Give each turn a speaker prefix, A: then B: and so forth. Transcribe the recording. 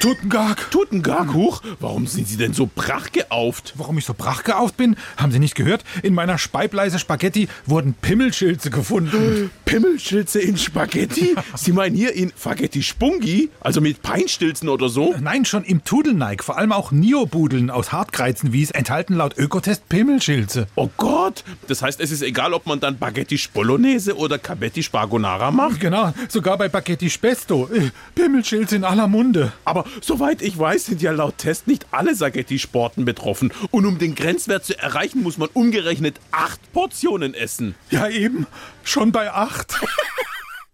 A: Tutengag.
B: Tutengag, huch, warum sind Sie denn so prachgeauft?
A: Warum ich so brachgeauft bin, haben Sie nicht gehört? In meiner Speibleise Spaghetti wurden Pimmelschilze gefunden.
B: Pimmelschilze in Spaghetti? Sie meinen hier in Spaghetti Spungi? Also mit Peinstilzen oder so?
A: Nein, schon im Tudelneig, vor allem auch Niobudeln aus Hartkreizenwies enthalten laut Ökotest Pimmelschilze.
B: Oh Gott, das heißt, es ist egal, ob man dann Spaghetti Bolognese oder Cabetti Spagonara macht?
A: Genau, sogar bei Spaghetti Spesto. Äh, Pimmelschilze in aller Munde.
B: Aber soweit ich weiß, sind ja laut Test nicht alle Spaghetti-Sporten betroffen. Und um den Grenzwert zu erreichen, muss man umgerechnet acht Portionen essen.
A: Ja eben, schon bei acht.